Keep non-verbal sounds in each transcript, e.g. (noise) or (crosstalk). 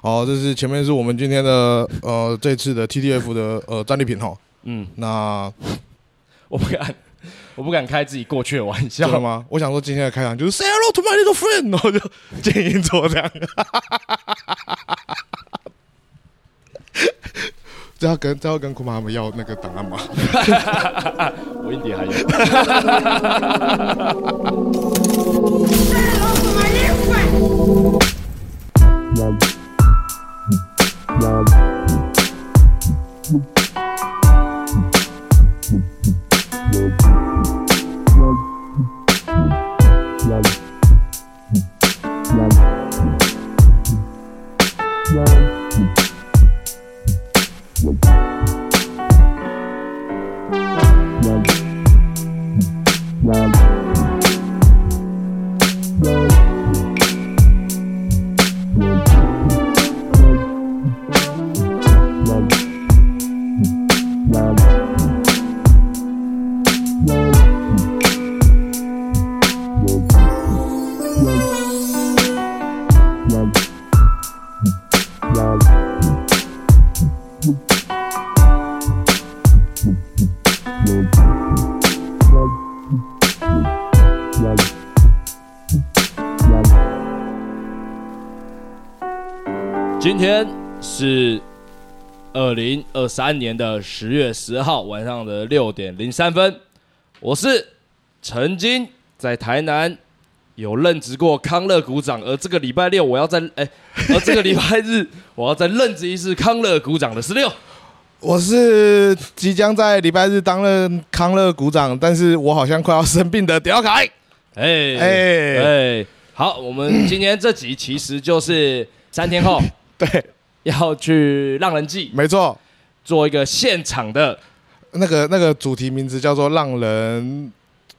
哦，这是前面是我们今天的呃这次的 TTF 的呃战利品哈。嗯，那我不敢， (laughs) 我不敢开自己过去的玩笑知道。吗？我想说今天的开场就是 Say hello to my little friend，然后 (laughs) 就建英座这 (laughs) 样。这要跟这要跟库妈他们要那个档案吗？ (laughs) 我一点还有， Say hello to my little friend. 今天是二零二三年的十月十号晚上的六点零三分。我是曾经在台南有任职过康乐股长，而这个礼拜六我要在哎、而这个礼拜日我要再任职一次康乐股长的十六。我是即将在礼拜日担任康乐股长，但是我好像快要生病的屌凯。哎哎哎，好，我们今天这集其 (coughs) 实就是三天后对，要去浪人记没错，做一个现场的那个那个主题名字叫做“让人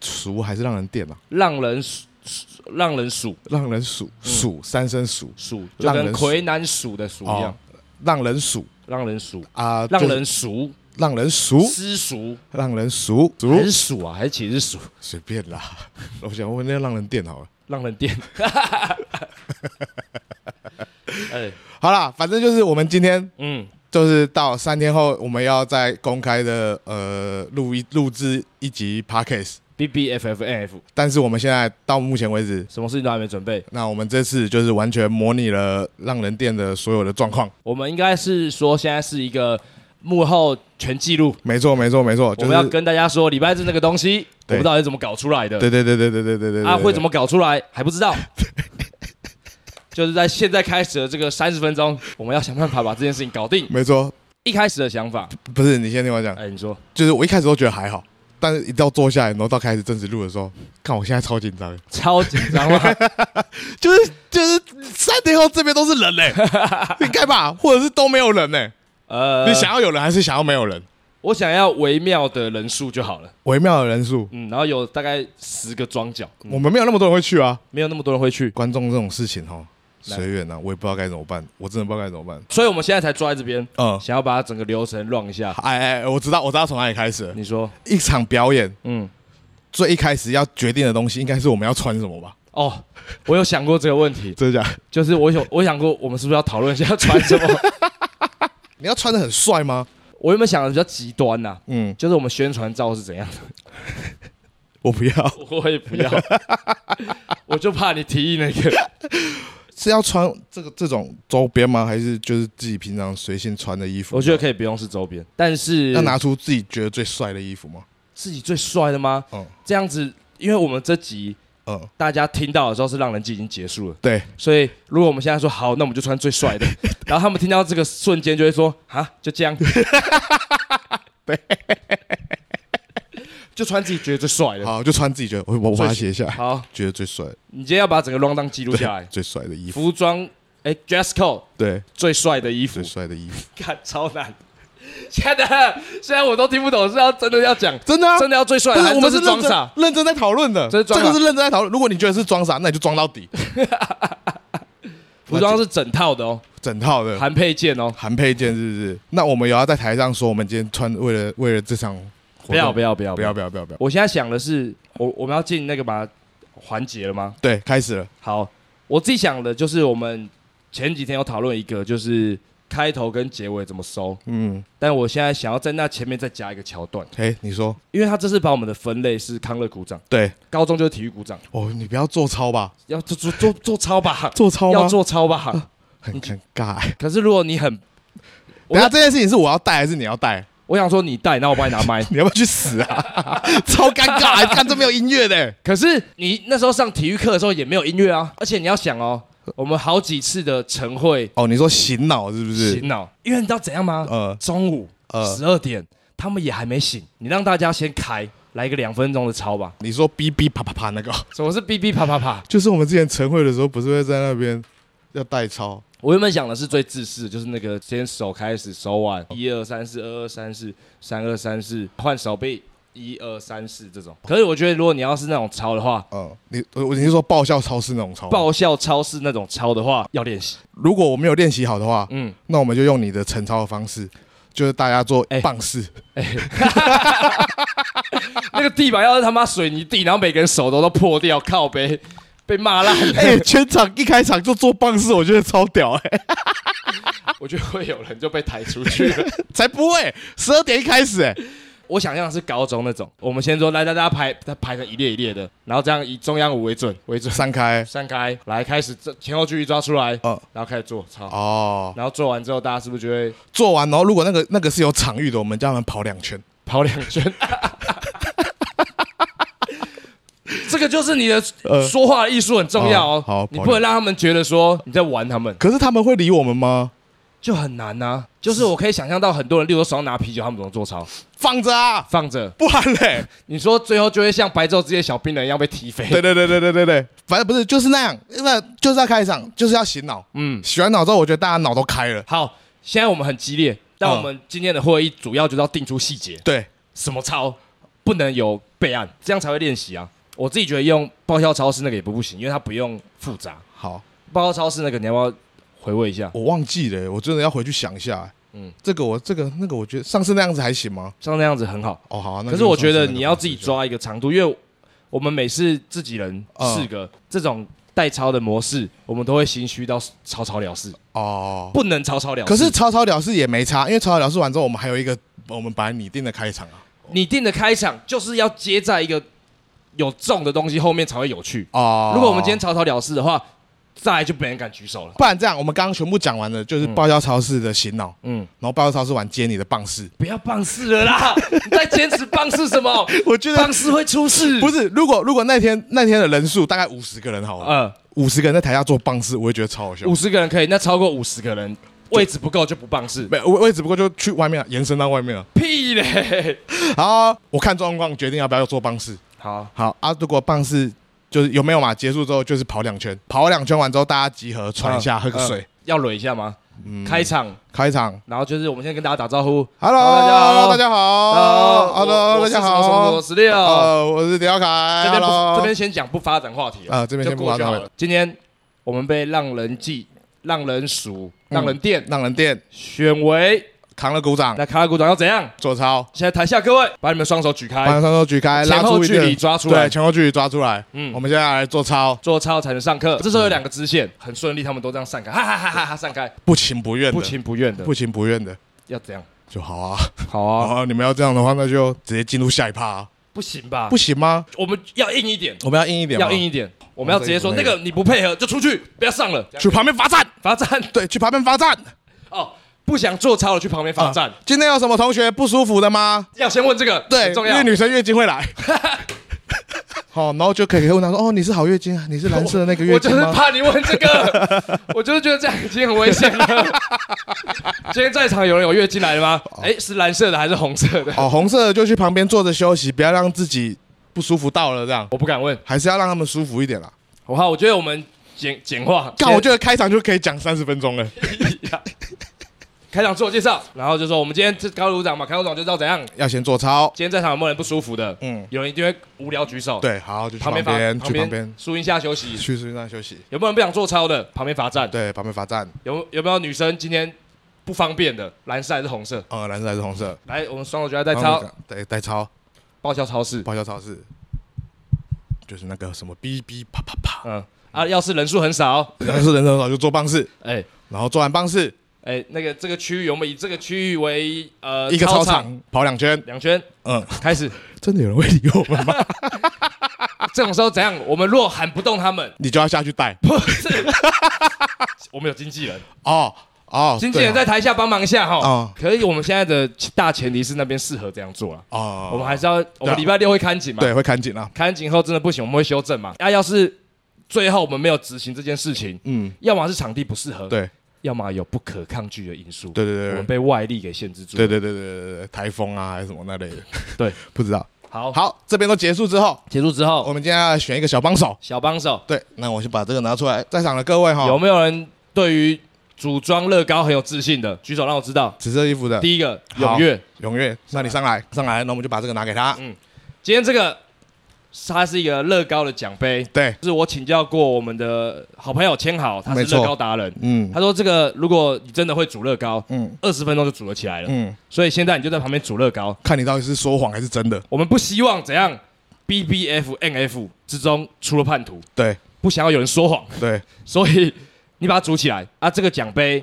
熟”还是“让人电”啊？浪人数数浪人数让人数嗯数三声数，数，就浪人跟数魁南鼠的鼠一样哦，让人数浪人鼠，啊，浪就是人熟，让人熟，私熟让人熟还是熟，鼠啊，还是其实是鼠？随便啦。 (laughs) 我想问那个让人电好了。浪 (laughs) 人店。哎，好啦，反正就是我们今天嗯，就是到三天后，我们要在公开的呃录一录制一集 podcast， B B F F N F，但是我们现在到目前为止，什么事情都还没准备。那我们这次就是完全模拟了让人电的所有的状况。我们应该是说，现在是一个幕后全记录，没错，没错，没错，我就是们要跟大家说，礼拜日那个东西，我对们到底是怎么搞出来的？对对对对对对对对啊，会怎么？么搞出来还不 (laughs) 知道。就是在现在开始的这个三十分钟，我们要想办法把这件事情搞定。没错，一开始的想法，不是你先听我讲，哎，你说，就是我一开始都觉得还好，但是一到坐下来，然后到开始正式录的时候，看我现在超紧张，超紧张啊吗？ (laughs) 就是就是三天后这边都是人嘞、 (laughs) 应该吧，或者是都没有人嘞、欸呃，你想，要有人还是想要没有人？我想要微妙的人数就好了，微妙的人数，嗯，然后有大概十个庄脚，嗯我们没有那么多人会去啊。没有那么多人会去，观众这种事情哈，来随缘啊，我也不知道该怎么办，我真的不知道该怎么办。所以我们现在才坐在这边，嗯，想要把它整个流程乱一下。哎哎，我知道，我知道从哪里开始了。你说，一场表演嗯，最一开始要决定的东西，应该是我们要穿什么吧？哦，我有想过这个问题，真的假的？就是我有我想过，我们是不是要讨论一下穿什么？你要穿的很帅吗？我原本想的比较极端呐、嗯，就是我们宣传照是怎样的，我不要， (laughs) 我也不 (laughs) 要，我就怕你提议那个。 (laughs) 是要穿这个这种周边吗？还是就是自己平常随性穿的衣服？我觉得可以不用是周边，但是要拿出自己觉得最帅的衣服吗？自己最帅的吗？嗯这样子，因为我们这集嗯，大家听到的时候是让人机已经结束了。对，所以如果我们现在说好，那我们就穿最 (laughs) 帅的，然后他们听到这个瞬间就会说啊，就这样，对，就穿自己觉得最帅的。好，就穿自己觉得我我我把它写下来，好，觉得最帅，你今天要把整个 round down 记录下对来，，最帅的衣服，服装，哎，dress code 对，最帅的衣服最，帅的衣 (laughs) 服，看超难。现在现在我都听不懂，是要真的要讲，真的啊，真的要最帅的，不还是，我们是这装认真傻，，认真在讨论的，这是装傻个是认真在讨论。如果你觉得是装傻，那你就装到底， (laughs) 服装是整套的哦，整套的含配件哦，含配件是不是？那我们有要在台上说，我们今天穿为了为了这场活动，不要不要要不要不要不要不要不要，我现在想的是，我我们要进那个嘛环节了吗？对，开始了，好，我自己想的就是我们前几天有讨论一个，就是开头跟结尾怎么收，嗯，但我现在想要在那前面再加一个桥段，哎，你说因为他这次把我们的分类是康乐鼓掌，对高中就是体育鼓掌，哦，你不要做操吧，要做做做做操吧， (laughs) 做操要吗？做操吧。很尴尬欸。可是如果你很，我等下这件事情是我要带还是你要带？。我想说你带，那我帮你拿麦 (laughs) 你要不要去死 (laughs) 啊？超尴尬欸，看这没有音乐的欸，可是你那时候上体育课的时候也没有音乐啊，而且你要想哦，我们好几次的晨会哦，你说醒脑是不是醒？脑，因为你知道怎样吗？呃中午呃十二点，他们也还没醒，你让大家先开，来个两分钟的操吧。你说哔哔啪啪啪那个哦，什么是哔哔啪啪啪？ (laughs) 就是我们之前晨会的时候，不是会在那边要带操？我原本想的是最自私的，就是那个先手开始手腕，一二三四，二二三四，三二三四，换手臂，一二三四这种。可是我觉得，如果你要是那种操的话，嗯，你我我你是说爆笑超市那种操？爆笑超市那种操的话，要练习。如果我没有练习好的话，嗯，那我们就用你的晨操的方式，就是大家做哎棒式，那个地板要是他妈水泥地，然后每个人手都都破掉，靠背被骂烂， (laughs) 哎、全场一开场就做棒式，我觉得超屌哎、 (laughs) 我觉得会有人就被抬出去了。才不会，十二点一开始哎、我想象的是高中那种，我们先说来，大家排，再排成一列一列的，然后这样以中央舞为准，为准散开散开来，开始这前后距离抓出来，嗯然后开始做操，哦，然后做完之后，大家是不是就会做完然后如果那个那个是有场域的，我们叫他们跑两圈，跑两 (laughs) 圈？这个就是你的呃说话艺术很重要哦，好好你不能让他们觉得说你在玩他们，可是他们会理我们吗？就很难呐、就是我可以想象到很多人，例如说手上拿啤酒，他们怎么做操，放着啊，放着，不然 (laughs) 嘞，你说最后就会像白昼之夜小冰人一样被踢飞。对对对对对对对，反正不是就是那样，那就是要开场，就是要洗脑，嗯，洗完脑之后，我觉得大家脑都开了，好，现在我们很激烈，但嗯我们今天的会议主要就是要定出细节，对，什么操不能有备案，这样才会练习啊。我自己觉得用报销超市那个也不不行，因为它不用复杂。好，报销超市那个你要不要回味一下？我忘记了，我真的要回去想一下，嗯嗯，这个我这个那个，我觉得上次那样子还行吗？像那样子很好，哦，好、啊，那可是就我觉上得次那个你要自己抓一个长度，因为我们每次自己人嗯四个、这种代操的模式，我们都会心虚到草草了事，哦。不能草草了事。可是草草了事也没差，因为草草了事完之后，我们还有一个我们本来拟定的开场啊。你定的开场就是要接在一个有重的东西后面才会有趣。哦如果我们今天草草了事的话，再来就没人敢举手了。不然这样，我们刚刚全部讲完了，就是报销超市的洗脑，嗯，然后报销超市完接你的棒式。不要棒式了啦！你在坚持棒式什么？ (laughs) 我觉得棒式会出事。不，是，如果如果那天那天的人数大概五十个人好了，呃，五十个人在台下做棒式，我会觉得超好笑五。十个人可以，那超过五十个人位置不够就不棒式。没有，我我也只不过就去外面啊延伸到外面了。屁嘞！好啊，我看状况决定要不要做棒式。好，好啊，如果棒式就是有没有嘛？结束之后就是跑两圈，跑两圈完之后大家集合喘一下，嗯喝个水嗯，要捋一下吗？嗯开场，开场。然后就是我们先跟大家打招呼。 Hello，大大家家哦好好。 ，Hello，大我家我是什么什好么，十六。呃，我是刘凯这边不， ，Hello，这边先讲不发展话题了啊这边先就不过发展就好话题了。今天我们被让人记、让人数、让人电、浪人店选为扛了鼓掌，那卡拉鼓掌要怎样？做操，现在台下各位，把你们双手举把双开，手举开，前拉后出一距定离的抓出来对，，前后距离抓出来。嗯我们现在来做操，做操才能上课。这时候有两个支线，很顺利，他们都这样散开，哈哈哈哈哈散开，嗯不情不愿的，不情不愿的不，情不愿的要怎样？就好啊。好啊，好，你们要这样的话，那就直接进入下一趴啊，不行吧？不，啊行吗？我们要硬一点，我们要硬一点吗，要硬一点，我们要直接说那个你不配合就出去，不要上了，去旁边罚站，罚站对，去旁边罚站，哦。不想做操的去旁边罚站啊，。今天有什么同学不舒服的吗？要先问这个，对，很重 (laughs) 要因为。女生月经会来。好，然后就可以问他说：“哦，你是好月经啊？你是蓝色的那个月我就经是吗怕你问 (laughs) 这个，我就是觉得这样已经很危险了。今天在场有人有月经来了吗？哎，是蓝色的还是红色的？？”哦，红色的就去旁边坐着休息，不要让自己不舒服到了这样，我不敢问。还是要让他们舒服一点啦。我好，我觉得我们简简化。干，先我觉得开场就可以讲三十分钟了。开场自我介绍，然后就说我们今天是高卢长嘛，高卢长就知道怎样。 (laughs) 要先做操，今天在场有没有人不舒服的？嗯，有人一定会无聊举手。，对，好，就去旁旁边罚边，去旁边，输赢下休息。去去那休息。有没有人不想做操的？旁边罚站。对，旁边罚站，有有没有女生今天不方便的？蓝色还是红色？呃，蓝色还是红色？来，我们双手决在然后操那个，对，带操，报销超市。报销超市，就是那个什么哔哔啪啪啪，嗯啊，要是人数很少，然后是人很少就做棒式，哎然后做完棒式哎，那个这个区域，我们以这个区域为呃一个操操场跑两圈，两圈嗯，开始。啊真的有人会理我们吗？这种时候怎样？我们若喊不动他们， (laughs) (laughs) 你就要下去带不是，我们有经纪人，哦哦，经纪人对在台下帮忙一下哈哦。可以，我们现在的大前提是那边适合这样做了。哦，我们还是要，我们礼拜六会看紧嘛？对会看紧啊，看紧后真的不行，我们会修正嘛？那、要是最后我们没有执行这件事情，嗯，要么是场地不适合，对要么有不可抗拒的因素，对对对我对们被外力给限制住。对对对对对对，台风啊还是什么那类的，对， (laughs) 不知道。好，，好，这边都结束之后，结束之后，我们今天要来选一个小帮手。小帮手、对，那我先把这个拿出来，在场的各位哈，有没有人对于组装乐高很有自信的？举手让我知道。紫色衣服的第一个踊呃好跃，永月，那你上来上来，那我们就把这个拿给嗯他。今天这个它是一个乐高的奖杯，对，是我请教过我们的好朋友千豪，他是没错乐高达人。嗯他说：“这个如果你真的会煮乐高，嗯二十分钟就煮得起来了。嗯，所以现在你就在旁边煮乐高。看你到底是说谎还是真的。我们不希望怎样 B B F N F 之中出了叛徒，对不想要有人说谎，对，所以你把它煮起来啊。这个奖杯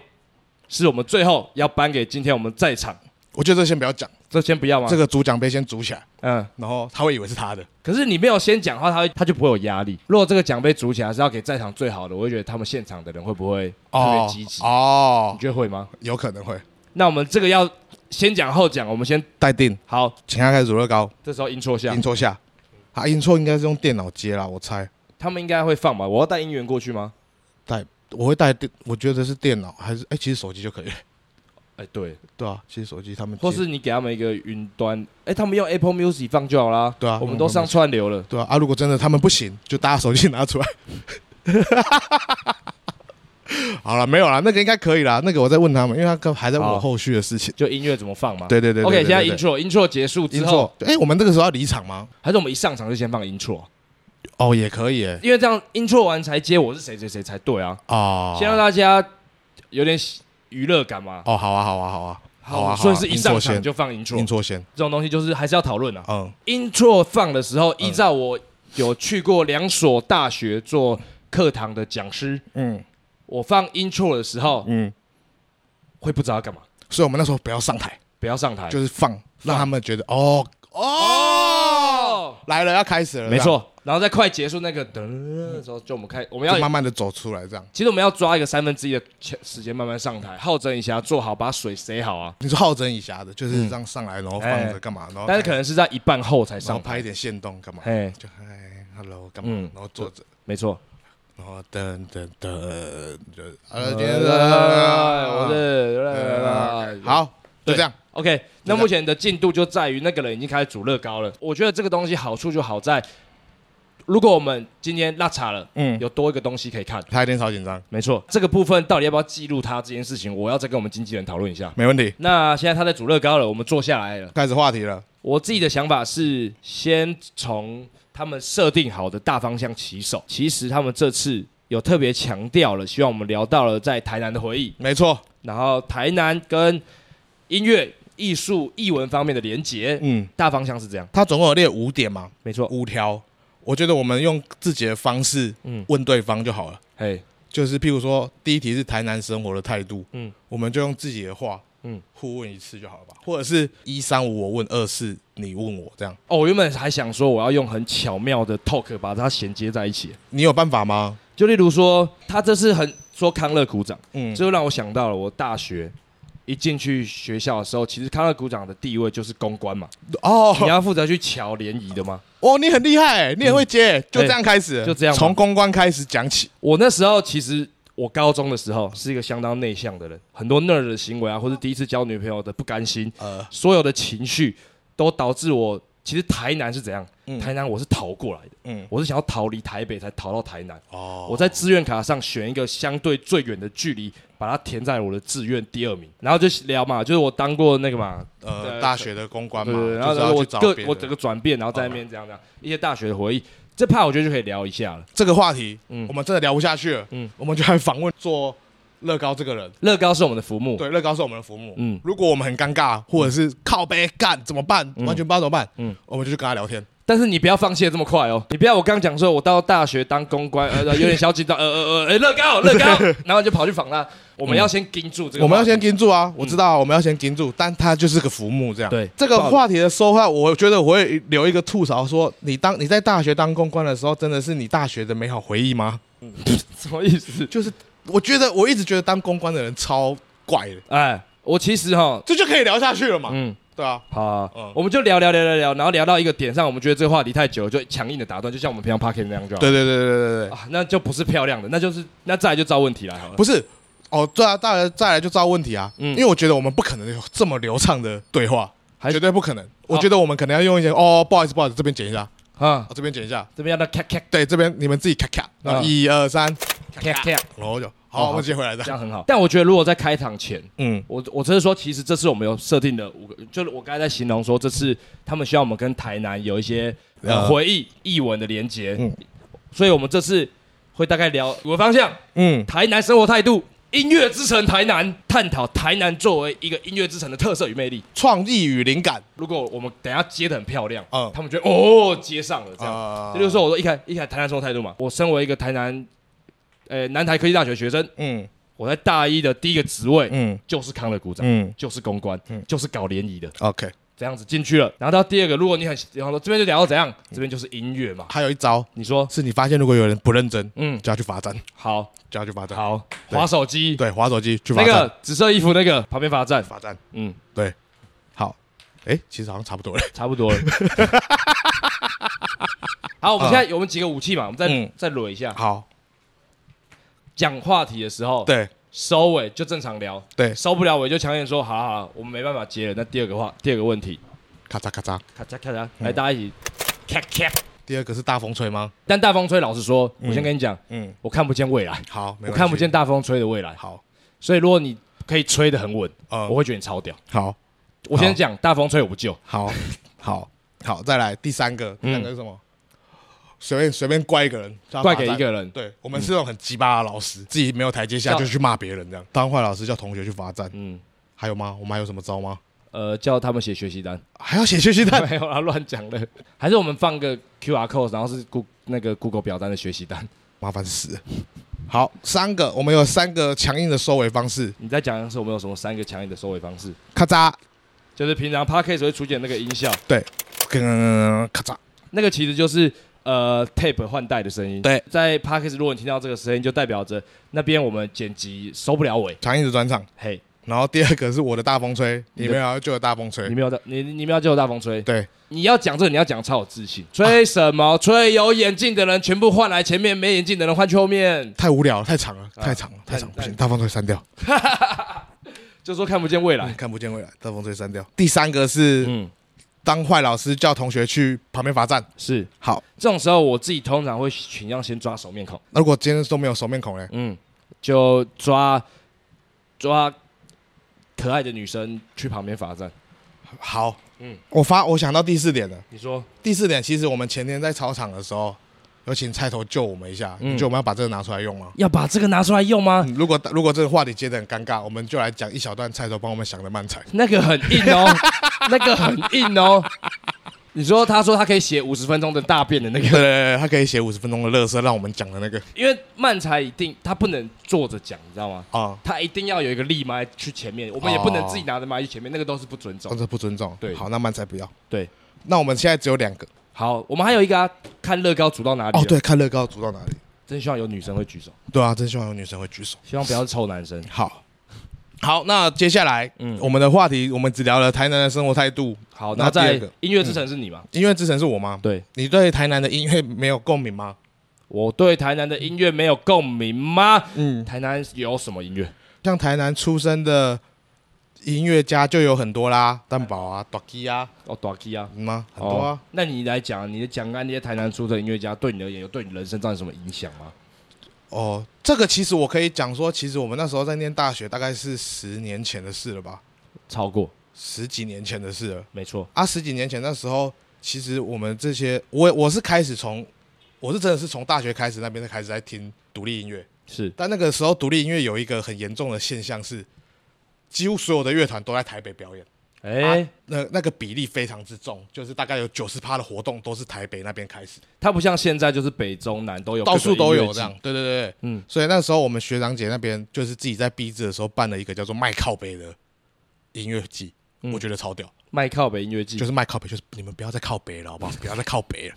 是我们最后要颁给今天我们在场，我觉得这先不要讲，这先不要吗？这个主奖杯先煮起来，嗯，然后他会以为是他的。可是你没有先讲话，他会他就不会有压力。如果这个奖杯煮起来是要给在场最好的，我会觉得他们现场的人会不会特别积极？哦你，觉得会吗？有可能会那我们这个要先讲后讲，我们先待定，好，请他开始煮乐高，这时候音错下音，错下。啊，音错应该是用电脑接啦，我猜。他们应该会放吧？我要带音源过去吗？带我会带电，我觉得是电脑还是哎、其实手机就可以了。哎， (laughs) 对，对啊，其实手机他们接或是你给他们一个云端，哎，他们用 Apple Music 放就好啦。对啊我们都上串流了。对啊啊，如果真的他们不行，就大家手机拿出来。 (laughs) 好了，没有啦，那个应该可以啦。那个我再问他们，因为他刚还在问好我后续的事情。就音乐怎么放嘛？对对对对 OK，对现在对对 intro intro 结束之音后错，，哎、我们这个时候要离场吗？还是我们一上场就先放 intro，哦，也可以哎、因为这样 intro 完才接我是谁谁谁才对啊。哦，先让大家有点娱乐感嘛。哦，好啊，好啊，好啊，好啊，所以是一上音错场先就放 intro，音错先，这种东西就是还是要讨论啊。嗯 intro 放的时候，依照我有去过两所大学做课堂的讲师，嗯我放 intro 的时候嗯，会不知道要干嘛，所以我们那时候不要上台，不要上台。就是放，让他们觉得哦哦来了，要开始了，没，错，然后在快结束那个噔的时候，就我们开，我们就要慢慢的走出来这样。其实我们要抓一个三分之一的时间慢慢上台，好整一下，做好把水塞好啊。你是好整以暇的，就是这样上来，然后放着干嘛，然后但是可能是在一半后才然后上拍台一，点线动干嘛，哎，就嗨，hello 干嘛嗯，然后坐着，没错。然后噔噔噔，就呃，今天呃，我的呃是好。好，就这样， OK，这那样目前的进度就在于那个人已经开始煮乐高了。我觉得这个东西好处就好在，如果我们今天落差了，嗯，有多一个东西可以看。他有点超紧张，没错，这个部分到底要不要记录他这件事情，我要再跟我们经纪人讨论一下。没问题，那现在他在煮乐高了，我们坐下来了。开始话题了，我自己的想法是，先从他们设定好的大方向起手。其实他们这次有特别强调了，希望我们聊到了在台南的回忆，没错，然后台南跟音乐、艺术、艺文方面的连结，嗯，大方向是这样，他总共有列五点嘛，没错。五条，我觉得我们用自己的方式嗯，问对方就好了。嘿，就是譬如说，第一题是台南生活的态度，嗯嗯，我们就用自己的话，嗯嗯，互问一次就好了吧？或者是一三五我问，二四你问我，这样哦，我原本还想说我要用很巧妙的 talk 把它衔接在一起，你有办法吗？就例如说他这次很说康乐鼓掌，嗯，这就让我想到了我大学一进去学校的时候，其实康乐股长的地位就是公关嘛，你哦要负责去瞧联谊的吗？哦，你很厉害，你很会接，就这样开始，哎就这样吧从公关开始讲起。我那时候其实我高中的时候是一个相当内向的人，很多 nerd 的行为啊，或是第一次交女朋友的不甘心，呃，所有的情绪都导致我。其实台南是怎样？嗯台南我是逃过来的，嗯，我是想要逃离台北才逃到台南。哦，我在志愿卡上选一个相对最远的距离，把它填在我的志愿第二名，然后就聊嘛，就是我当过那个嘛，呃，对大学的公关对嘛对，对，然后就是要我去找各别我整人。个转变，然后在那边这样这样一些大学的回忆，这怕我觉得就可以聊一下了。这个话题，嗯我们真的聊不下去了，嗯我们就来访问做乐高这个人。乐高是我们的浮木，对，乐高是我们的父母。嗯嗯，如果我们很尴尬，或者是靠背干怎么办？完全不知道怎么办。嗯嗯，我们就去跟他聊天。但是你不要放弃的这么快哦，你不要我刚讲说我到大学当公 (laughs) 关，呃，呃有点小紧张，呃呃呃，哎乐高乐高，然后就跑去访他，我们要先盯住这个话题，我们要先盯住啊！我知道啊、我们要先盯住，但他就是个浮木这样。嗯对这个话题的收话，我觉得我会留一个吐槽说：你当你在大学当公关的时候，真的是你大学的美好回忆吗？什么意思？ (laughs) 就是我觉得我一直觉得当公关的人超怪的，哎，我其实哈，这就可以聊下去了嘛？嗯。对啊，好、嗯我们就聊聊聊聊聊，然后聊到一个点上，我们觉得这个话题太久了，就强硬的打断，就像我们平常 p a r k i n 那样就好。对对对对对对对，啊，那就不是漂亮的，那就是那再来就造问题来好了。不是哦，对啊，再来再来就遭问题啊，嗯因为我觉得我们不可能有这么流畅的对话，还哦绝对不可能。我觉得我们可能要用一些哦，不好意思，不好意思，这边剪一下，啊，啊，这边剪一下，这边要那咔咔对，这边你们自己咔咔，然后嗯一二三，咔咔， (laughs) 然后我就哦好，好我们接回来这的。样很好。但我觉得如果在开场前，嗯，我我只是说，其实这次我们有设定的五个，就是我刚才在形容说，这次他们需要我们跟台南有一些、呃呃回忆译文的连接，嗯所以我们这次会大概聊五个方向：嗯，台南生活态度、音乐之城台南，探讨台南作为一个音乐之城的特色与魅力。创意与灵感如果我们等一下接的很漂亮，嗯他们觉得哦接上了这样，啊，这就是说，我说一开一开台南生活态度嘛。我身为一个台南，呃，南台科技大学学生，嗯我在大一的第一个职位嗯就是康乐股长，嗯就是公关，就是搞联谊的， ，OK，这样子进去了。然后到第二个，如果你很喜欢说这边就聊到怎嗯样，这边就是音乐嘛。还有一招你说，是你发现如果有人不认真，嗯，就要去罚站，好就要去罚站。，好，对划手机，对，划手机去罚那站，个紫色衣服那个旁边罚站，罚站，嗯，对，好，哎，其实好像差不多了。差 (laughs) 不多了。好，我们啊现在有我们几个武器嘛，我们再、嗯再捋一下。好，讲话题的时候，对收尾就正常聊，对，收哎不了尾就强硬说，好了好了，我们没办法接了。那第二个话，第二个问题，咔嚓咔嚓。嗯咔嚓咔嚓，来大家一起，咔咔。第二个是大风吹吗？但大风吹，老实说，我先跟你讲，嗯，我看不见未来，好，没关我系看不见。大风吹的未来。好，所以如果你可以吹得很稳，呃我会觉得你超屌。好，我先讲，大风吹我不救，好，好，好，再来第三个，第嗯三个是什么？随便随便怪一个人，叫他怪给罚一站。个人。嗯对我们是那种很鸡巴的老师，自己没有台阶下叫就去骂别人，这样当坏老师叫同学去罚站。嗯，还有吗？我们还有什么招吗？呃，叫他们写学习 (laughs) 单，还要写学习单？ (laughs) 没有啦，乱讲了。还是我们放个 Q R code，然后是 Go 那个 Google 表单的学习单。麻烦死了。好，三个，我们有三个强硬的收尾方式，你再讲的是我们有什么三个强硬的收尾方式？咔嚓，就是平常 p a r k a s 会出现那个音效，跟咔嚓，那个其实就是呃 tape 换代的声音。对，在 p a r k a s 如果你听到这个声音，就代表着那边我们剪辑收不了尾。强硬的转场。嘿，然后第二个是我的大风吹，你你的们要就有大风吹你。没有大，你你们要叫我大风吹。对，你要讲这个，你要讲超有自信。吹什么？吹有眼镜的人全部换来前面，没眼镜的人换去后面。太无聊了，太长了，啊太长了，太长，但不行，但大风吹删掉，就说看不见未来。嗯看不见未来，大风吹删掉。第三个是嗯，当坏老师叫同学去旁边罚站。是。好，这种时候，我自己通常会倾向先抓熟面孔。那如果今天都没有熟面孔嘞，嗯，就抓抓可爱的女生去旁边罚站。好，嗯嗯，我发我想到第四点了。你说第四点，其实我们前天在操场的时候，有请菜头救我们一下，嗯你觉得我们要把这个拿出来用吗？要把这个拿出来用吗？嗯如果如果这个话题接得很尴尬，我们就来讲一小段菜头帮我们想的慢菜。那个很硬哦， (laughs) 那个很硬哦。你说他说他可以写五十分钟的大便的那对个，对 (laughs) 对，他可以写五十分钟的乐色，让我们讲的那个因为漫才一定他不能坐着讲，你知道吗？啊，他一定要有一个立麦去前面，我们也不能自己拿着麦去前面，那个都是不尊这重。是不尊重。对好，那慢菜不要。对，那我们现在只有两个好，我们还有一个啊，看乐高组到哪里。啊哦，，对，看乐高组到哪里。真希望有女生会举手，对啊，真希望有女生会举手。 (laughs) 希望不要是臭男生。好，好，那接下来，嗯，我们的话题我们只聊了台南的生活态度，好，那那在第二个嗯音乐之城是你嘛？音乐之城是我吗？对，你对台南的音乐没有共鸣吗？我对台南的音乐没有共鸣吗？嗯，台南有什么音乐？像台南出生的音乐家就有很多啦，蛋堡啊、短基啊，哦，短 key 啊，嗯啊，很多哦啊。那你来讲，你讲看那些台南出的音乐家，对你而言有对你人生造成什么影响吗？哦，这个其实我可以讲说，其实我们那时候在念大学，大概是十年前的事了吧，超过，十几年前的事了。没错，啊，十几年前那时候，其实我们这些，我我是开始从，我是真的是从大学开始那边才开始在听独立音乐。是但那个时候，独立音乐有一个很严重的现象是，几乎所有的乐团都在台北表演，哎、啊那那个比例非常之重，就是大概有九十趴的活动都是台北那边开始，它不像现在就是北中南都有，到处都有这样。。对对对对，嗯嗯，所以那时候我们学长姐那边就是自己在逼制的时候办了一个叫做卖靠北的音乐季，嗯我觉得超屌，麦靠北音乐季就是卖靠北，就是你们不要再靠北了，好不好？不要再靠北了，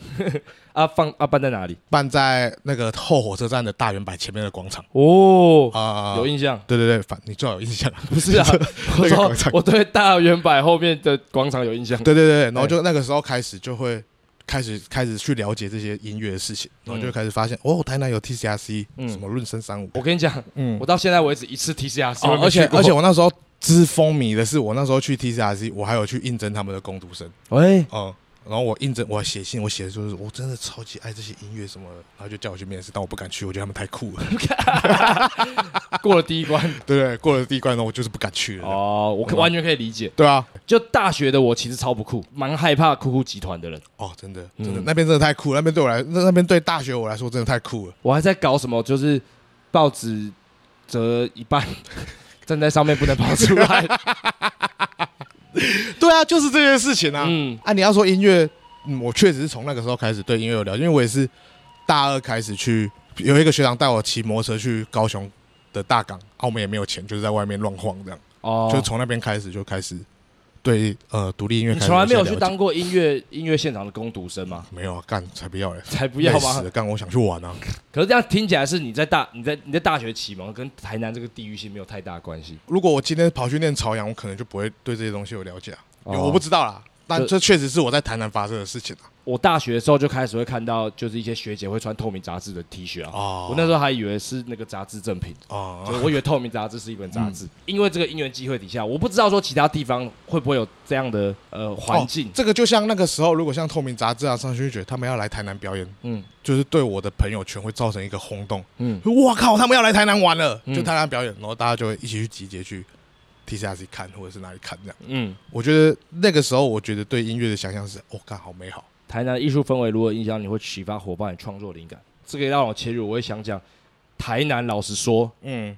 啊，放啊办在哪里？办在那个后火车站的大圆柏前面的广场哦，啊。有 (laughs) 印象。对对对，反你最好有印象，不 (laughs) 是啊，我 (laughs) 那个说广场我对大圆柏后面的广场有印象。对对对，对然后就那个时候开始就会开始开始去了解这些音乐的事情，然后就会开始发现、哦，台南有 TCRC，、嗯什么论声三五，我跟你讲，嗯我到现在为止一次啊 TCRC，、哦而且而且，我那时候之风靡的是，我那时候去 TCRC，我还有去应征他们的工读生， (laughs) 喂，嗯。然后我应征，我还写信，我写的就是我真的超级爱这些音乐什么的，然后就叫我去面试，但我不敢去，我觉得他们太酷了， (laughs) 啊过了第一关对不对？过了第一关，然后我就是不敢去了，哦，我可完全可以理解。对啊，就大学的我其实超不酷，蛮害怕酷酷集团的人。哦，真的，真的，嗯那边真的太酷了，那边对我来，那那边对大学我来说真的太酷了，我还在搞什么，就是报纸折一半， (laughs) 站在上面不能跑出来。 (laughs) 对啊，就是这件事情啊，嗯，啊，你要说音乐，嗯，我确实是从那个时候开始对音乐有了解，因为我也是大二开始去，有一个学长带我骑摩托车去高雄的大港，啊，我们也没有钱，就是在外面乱晃这样，哦，就是从那边开始就开始对呃独立音乐你开始从来没有些去了解当过音乐音乐现场的攻读生 (laughs) 吗？没有啊，干才不要嘞，才不要累死吗了？干我想去玩啊，可是这样听起来是你在大你在你在大学启蒙，跟台南这个地域性没有太大关系。如果我今天跑去念朝阳，我可能就不会对这些东西有了解啊，哦有我不知道啦，但就这确实是我在台南发生的事情啊，我大学的时候就开始会看到，就是一些学姐会穿透明杂志的 T 恤啊。哦我那时候还以为是那个杂志正品，哦、嗯就我以为透明杂志是一本 (laughs) 杂志。因为这个因缘机会底下，我不知道说其他地方会不会有这样的呃环境哦。这个就像那个时候，如果像透明杂志啊、上去觉得他们要来台南表演，嗯就是对我的朋友圈会造成一个轰动。嗯，我靠，他们要来台南玩了，嗯就台南表演，然后大家就会一起去集结去 TCRC 看，或者是哪里看这样。嗯，我觉得那个时候，我觉得对音乐的想象是，我、哦、看好美好。台南的艺术氛围如何影响你会启发伙伴的创作灵感？这个让我切入，我会想讲台南。老实说，嗯，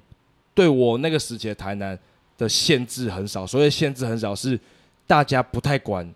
对我那个时期的台南的限制很少，所谓限制很少是大家不太管，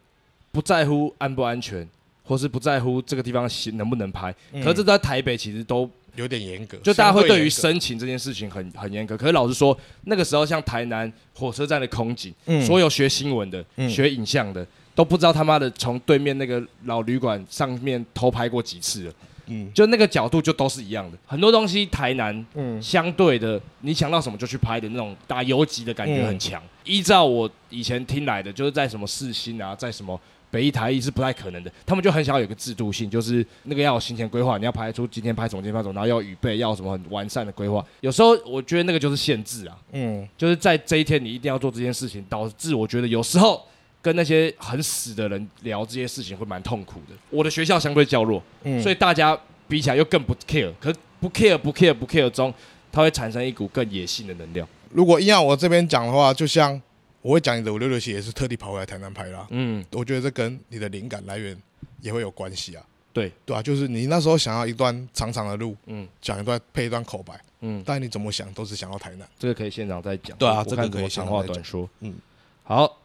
不在乎安不安全，或是不在乎这个地方行能不能拍。可是这在台北其实都有点严格，就大家会对于相申请这件事情很很严格。可是老实说，那个时候像台南火车站的空景，严格，所以有学新闻的、嗯学影像的。都不知道他妈的从对面那个老旅馆上面偷拍过几次了，嗯就那个角度就都是一样的。很多东西台南嗯相对的，你想到什么就去拍的那种打游击的感觉嗯很强。依照我以前听来的，就是在什么世新啊，在什么北一台一是不太可能的。他们就很想要有个制度性，就是那个要有行前规划，你要拍出今天拍什么，今天拍什么，然后要预备，要有什么很完善的规划。有时候我觉得那个就是限制啊，嗯，就是在这一天你一定要做这件事情，导致我觉得有时候跟那些很死的人聊这些事情会蛮痛苦的。我的学校相对较弱，嗯所以大家比起来又更不 care，可是不 care 不 care 不 care 中，它会产生一股更野性的能量。如果硬要我这边讲的话，就像我会讲你的五六六七也是特地跑回来台南拍啦、嗯，我觉得这跟你的灵感来源也会有关系啊。对，对啊，就是你那时候想要一段长长的路，嗯嗯，讲一段配一段口白，嗯嗯，但你怎么想都是想要台南，这个可以现场再讲。对啊我这个看可以我现长场话再短说。嗯嗯，好，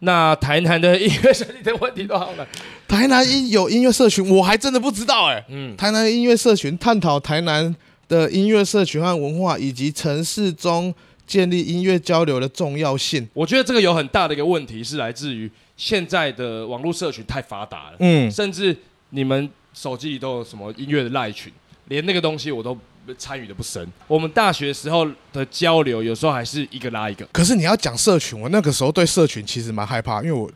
那台南的音乐审理的问题都好了。台南音有音乐社群，我还真的不知道哎、嗯，台南音乐社群探讨台南的音乐社群和文化，以及城市中建立音乐交流的重要性。我觉得这个有很大的一个问题是来自于现在的网络社群太发达了。嗯甚至你们手机里都有什么音乐的赖群，连那个东西我都参与的不深。我们大学时候的交流，有时候还是一个拉一个。可是你要讲社群，我那个时候对社群其实蛮害怕，因为我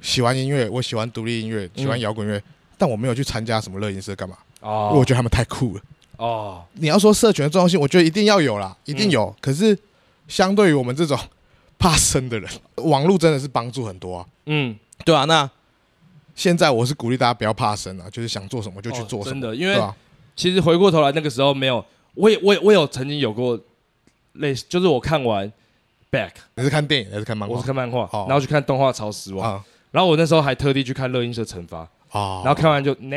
喜欢音乐，我喜欢独立音乐，喜欢摇滚乐，但我没有去参加什么乐音社干嘛，因为我哦觉得他们太酷了。哦，你要说社群的重要性，我觉得一定要有嗯啦，一定有。可是相对于我们这种怕生的人，网络真的是帮助很多啊。嗯，对啊，那现在我是鼓励大家不要怕生啊，就是想做什么就去做哦什真么，的，因对啊为吧、其实回过头来，那个时候没有，我也我也我有曾经有过类似，就是我看完 Back，你是看电影还是看漫我画是？看漫画，哦然后去看动画《超时王》，啊然后我那时候还特地去看乐音社惩罚，哦，然后看完就呢，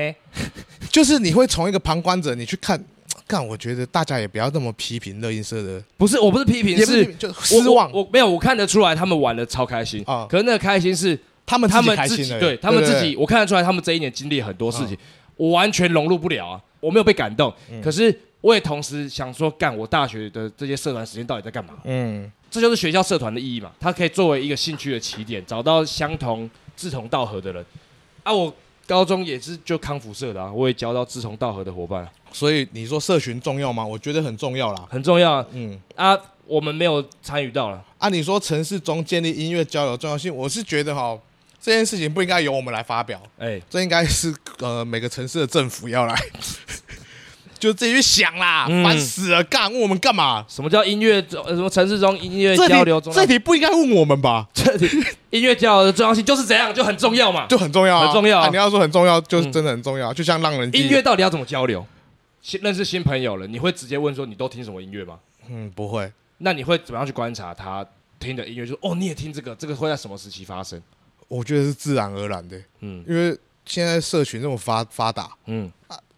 就是你会从一个旁观者，你去看，干，我觉得大家也不要那么批评乐音社的，不是我不是批评，也不是批评就我失望我，我没有，我看得出来他们玩的超开心啊可是那个开心是他们他们开自心己，而已对他们自对啊己，我看得出来他们这一年经历很多事情，我完全融入不了啊，我没有被感动，嗯可是我也同时想说，干我大学的这些社团时间到底在干嘛？嗯，这就是学校社团的意义嘛，它可以作为一个兴趣的起点，找到相同志同道合的人。啊，我高中也是就康复社的啊，我也交到志同道合的伙伴啊，所以你说社群重要吗？我觉得很重要啦。很重要啊。嗯，啊我们没有参与到了，按啊你说城市中建立音乐交流重要性，我是觉得哈，这件事情不应该由我们来发表，哎，这应该是呃每个城市的政府要来， (laughs) 就自己去想啦，嗯烦死了，干问我们干嘛？什么叫音乐中？呃什么城市中音乐这交流题中？这题不应该问我们吧？ (laughs) 这里音乐交流的重要性就是怎样，就很重要嘛。就很重要、啊，很重要啊你要说很重要，就是嗯真的很重要，就像让人记音乐，到底要怎么交流？新认识新朋友了，你会直接问说你都听什么音乐吗？嗯，不会，那你会怎么样去观察他听的音乐？就是哦，你也听这个，这个会在什么时期发生？我觉得是自然而然的，嗯因为现在社群这么发发达嗯，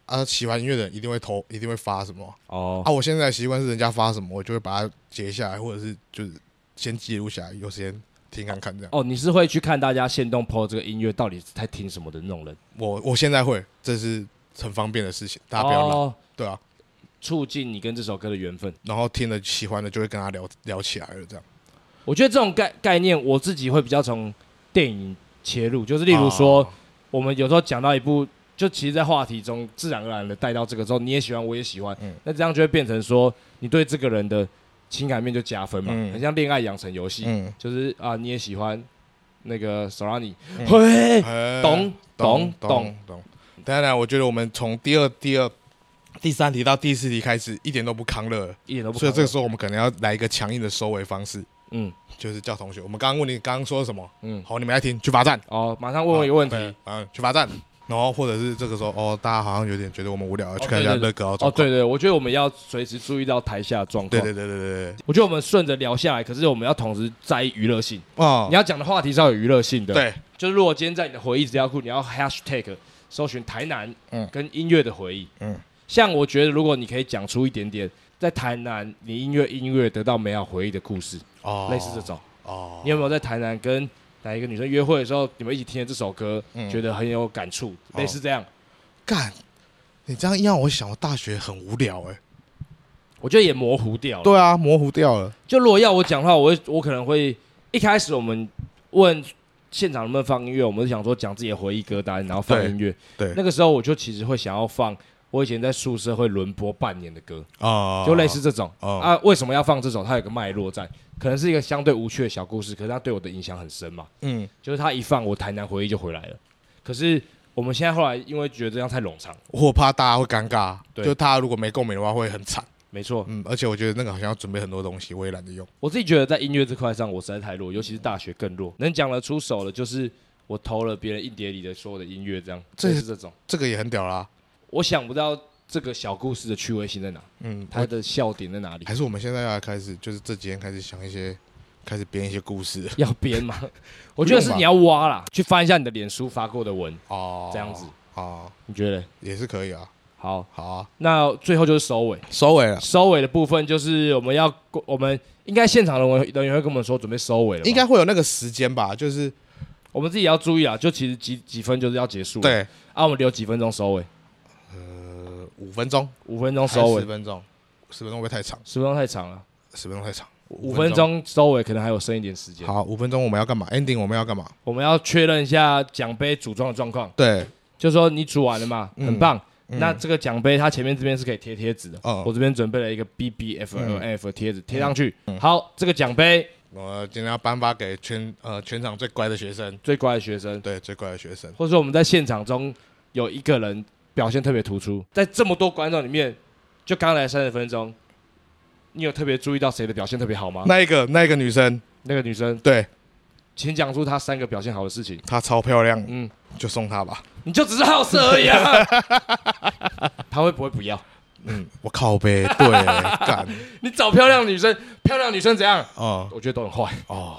啊，喜欢音乐的人一定会投，一定会发什么哦啊。我现在的习惯是人家发什么，我就会把它截下来，或者是就是先记录下来，有时间听看看这样。哦，你是会去看大家现动 PO 这个音乐到底在听什么的那种人？我我现在会，这是很方便的事情，大家不要懒，哦，对啊。促进你跟这首歌的缘分。然后听了喜欢的就会跟他聊聊起来了，这样。我觉得这种概概念，我自己会比较从电影切入，就是例如说，啊我们有时候讲到一部，就其实，在话题中自然而然的带到这个之后，你也喜欢，我也喜欢，嗯那这样就会变成说，你对这个人的情感面就加分嘛，嗯很像恋爱养成游戏，嗯，就是啊，你也喜欢那个 Solani，嗯嘿，哎懂懂懂懂懂懂。当然，我觉得我们从第二、第二、第三题到第四题开始，一点都不康乐了，一点都不可所能，以这个时候我们可能要来一个强硬的收尾方式，嗯就是叫同学。我们刚刚问你刚刚说什么？嗯，好，你们来听，去罚站。哦，马上问我一个问题，对嗯，去罚站。然后或者是这个时候，哦，大家好像有点觉得我们无聊，去看一对下对对乐高。哦，对对，我觉得我们要随时注意到台下的状况，对对对对对对，我觉得我们顺着聊下来，可是我们要同时在意娱乐性。哦你，要讲的话题是要有娱乐性的，，对，就是如果今天在你的回忆资料库，你要 hashtag 搜寻台南，嗯跟音乐的回忆，嗯嗯，像我觉得如果你可以讲出一点点在台南你音乐音乐得到美好回忆的故事，哦，类似这种，哦你，有没有在台南跟哪一个女生约会的时候，你们一起听了这首歌，嗯觉得很有感触，哦类似这样，干，你这样一让我想，我大学很无聊哎。我觉得也模糊掉了。对啊，模糊掉了。就如果要我讲的话，我会我可能会一开始我们问现场能不能放音乐，我们是想说讲自己的回忆歌单，然后放对音乐。对那个时候我就其实会想要放我以前在宿舍会轮播半年的歌，哦，就类似这种。哦啊，为什么要放这首？它有个脉络在，可能是一个相对无趣的小故事，可是它对我的影响很深嘛。嗯，就是它一放，我台南回忆就回来了。可是我们现在后来因为觉得这样太冗长，我怕大家会尴尬，对就大家如果没共鸣的话会很惨。没错，嗯，而且我觉得那个好像要准备很多东西，我也懒得用。我自己觉得在音乐这块上，我实在太弱，尤其是大学更弱。能讲得出手的，就是我偷了别人一碟里的所有的音乐，这样，这这是这种。这个也很屌啦。我想不到这个小故事的趣味性在哪，嗯，它的笑点在 (laughs) 哪里还，是我们现在要开始，就是这几天开始想一些，开始编一些故事要 (laughs) 编吗？我觉得是你要挖啦，去翻一下你的脸书发过的文，哦，这样子哦，你觉得？也是可以啊。好，好啊，那最后就是收尾。收尾了，收尾的部分就是我们要，我们应该现场的人人员会跟我们说准备收尾了吧。应该会有那个时间吧？就是我们自己也要注意啊，就其实几几分就是要结束了。，对，啊，我们留几分钟收尾，呃，五分钟，五分钟收还是尾十，分钟，十分钟会不会太长？十分钟太长了。十分钟太长，五分。钟收尾可能还有剩一点时间。好，五分钟我们要干嘛？ending 我们要干嘛？我们要确认一下奖杯组装的状况，对，就说你组完了嘛，嗯很棒。那这个奖杯它前面这边是可以贴贴纸的，哦嗯我这边准备了一个 B B F L F 的贴纸贴上去。好，这个奖杯我今天要颁发给全呃全场最乖的学生，最乖的学生，对，最乖的学生。或者说我们在现场中有一个人表现特别突出，在这么多观众里面，就刚来三十分钟，你有特别注意到谁的表现特别好吗？那那一个那一个女生，个女生，对请讲出她三个表现好的事情。她超漂亮，嗯，就送她吧。你就只是好色而已 (laughs) 啊！她会不会不要？嗯，我靠 (laughs) 呗，对，干你找漂亮女生，漂亮女生怎样？哦我觉得都很坏，哦，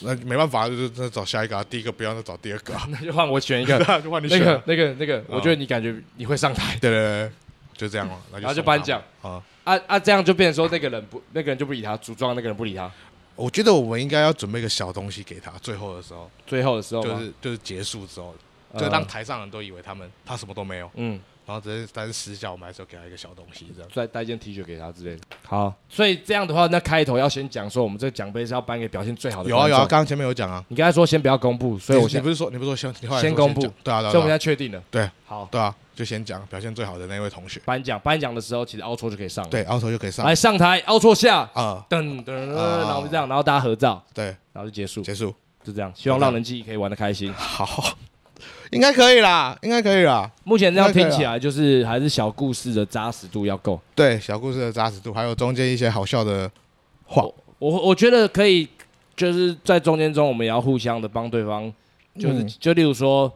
那没办法，就是那找下一个、啊，第一个不要，再找第二个、啊，那就换我选 (laughs) 哦一个。那 (laughs) 就换你那选啊。个、那个、那个，我觉得你感觉你会上台对对对，对就这样了，然然后就颁奖啊。啊啊！这样就变成说那个人不，那个人就不理他，组装的那个人不理他。我觉得我们应该要准备一个小东西给他，最后的时候，最后的时候吗就是就是结束之后，呃就让台上人都以为他们他什么都没有，嗯，然后只是但是私下我们还是要给他一个小东西这样。再带一件 T 恤给他之类的。好，所以这样的话，那开头要先讲说，我们这个奖杯是要颁给表现最好的。有啊有啊，刚。刚前面有讲啊，你刚才说先不要公布，所以我你先你，不是说你不是说先你后来说先公布讲对啊对啊，所以对我啊们现在确定了。对好，对啊，就先讲表现最好的那位同学，颁奖颁奖的时候，其实凹错就可以上了。，对，然后头就可以上来上台，凹错下，啊，噔噔，啊然后就这样，然后大家合照，对，然后就结束，结束，就这样。希望让人记忆可以玩的开心。好，应该可以啦，应该可以啦。目前这样那可以听了起来，就是还是小故事的扎实度要够。对，小故事的扎实度，还有中间一些好笑的话，我我觉得可以，就是在中间中，我们也要互相的帮对方，就是、嗯就例如说，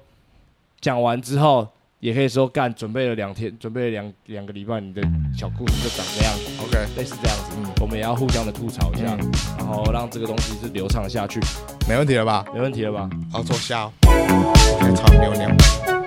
讲完之后，也可以说干准备了两天，准备了两两个礼拜，你的小故事就长这样， OK，类似这样子，嗯我们也要互相的吐槽一下，然后让这个东西是流畅地下去，没问题了吧？没问题了吧？好，坐下、哦，开场没有鸟。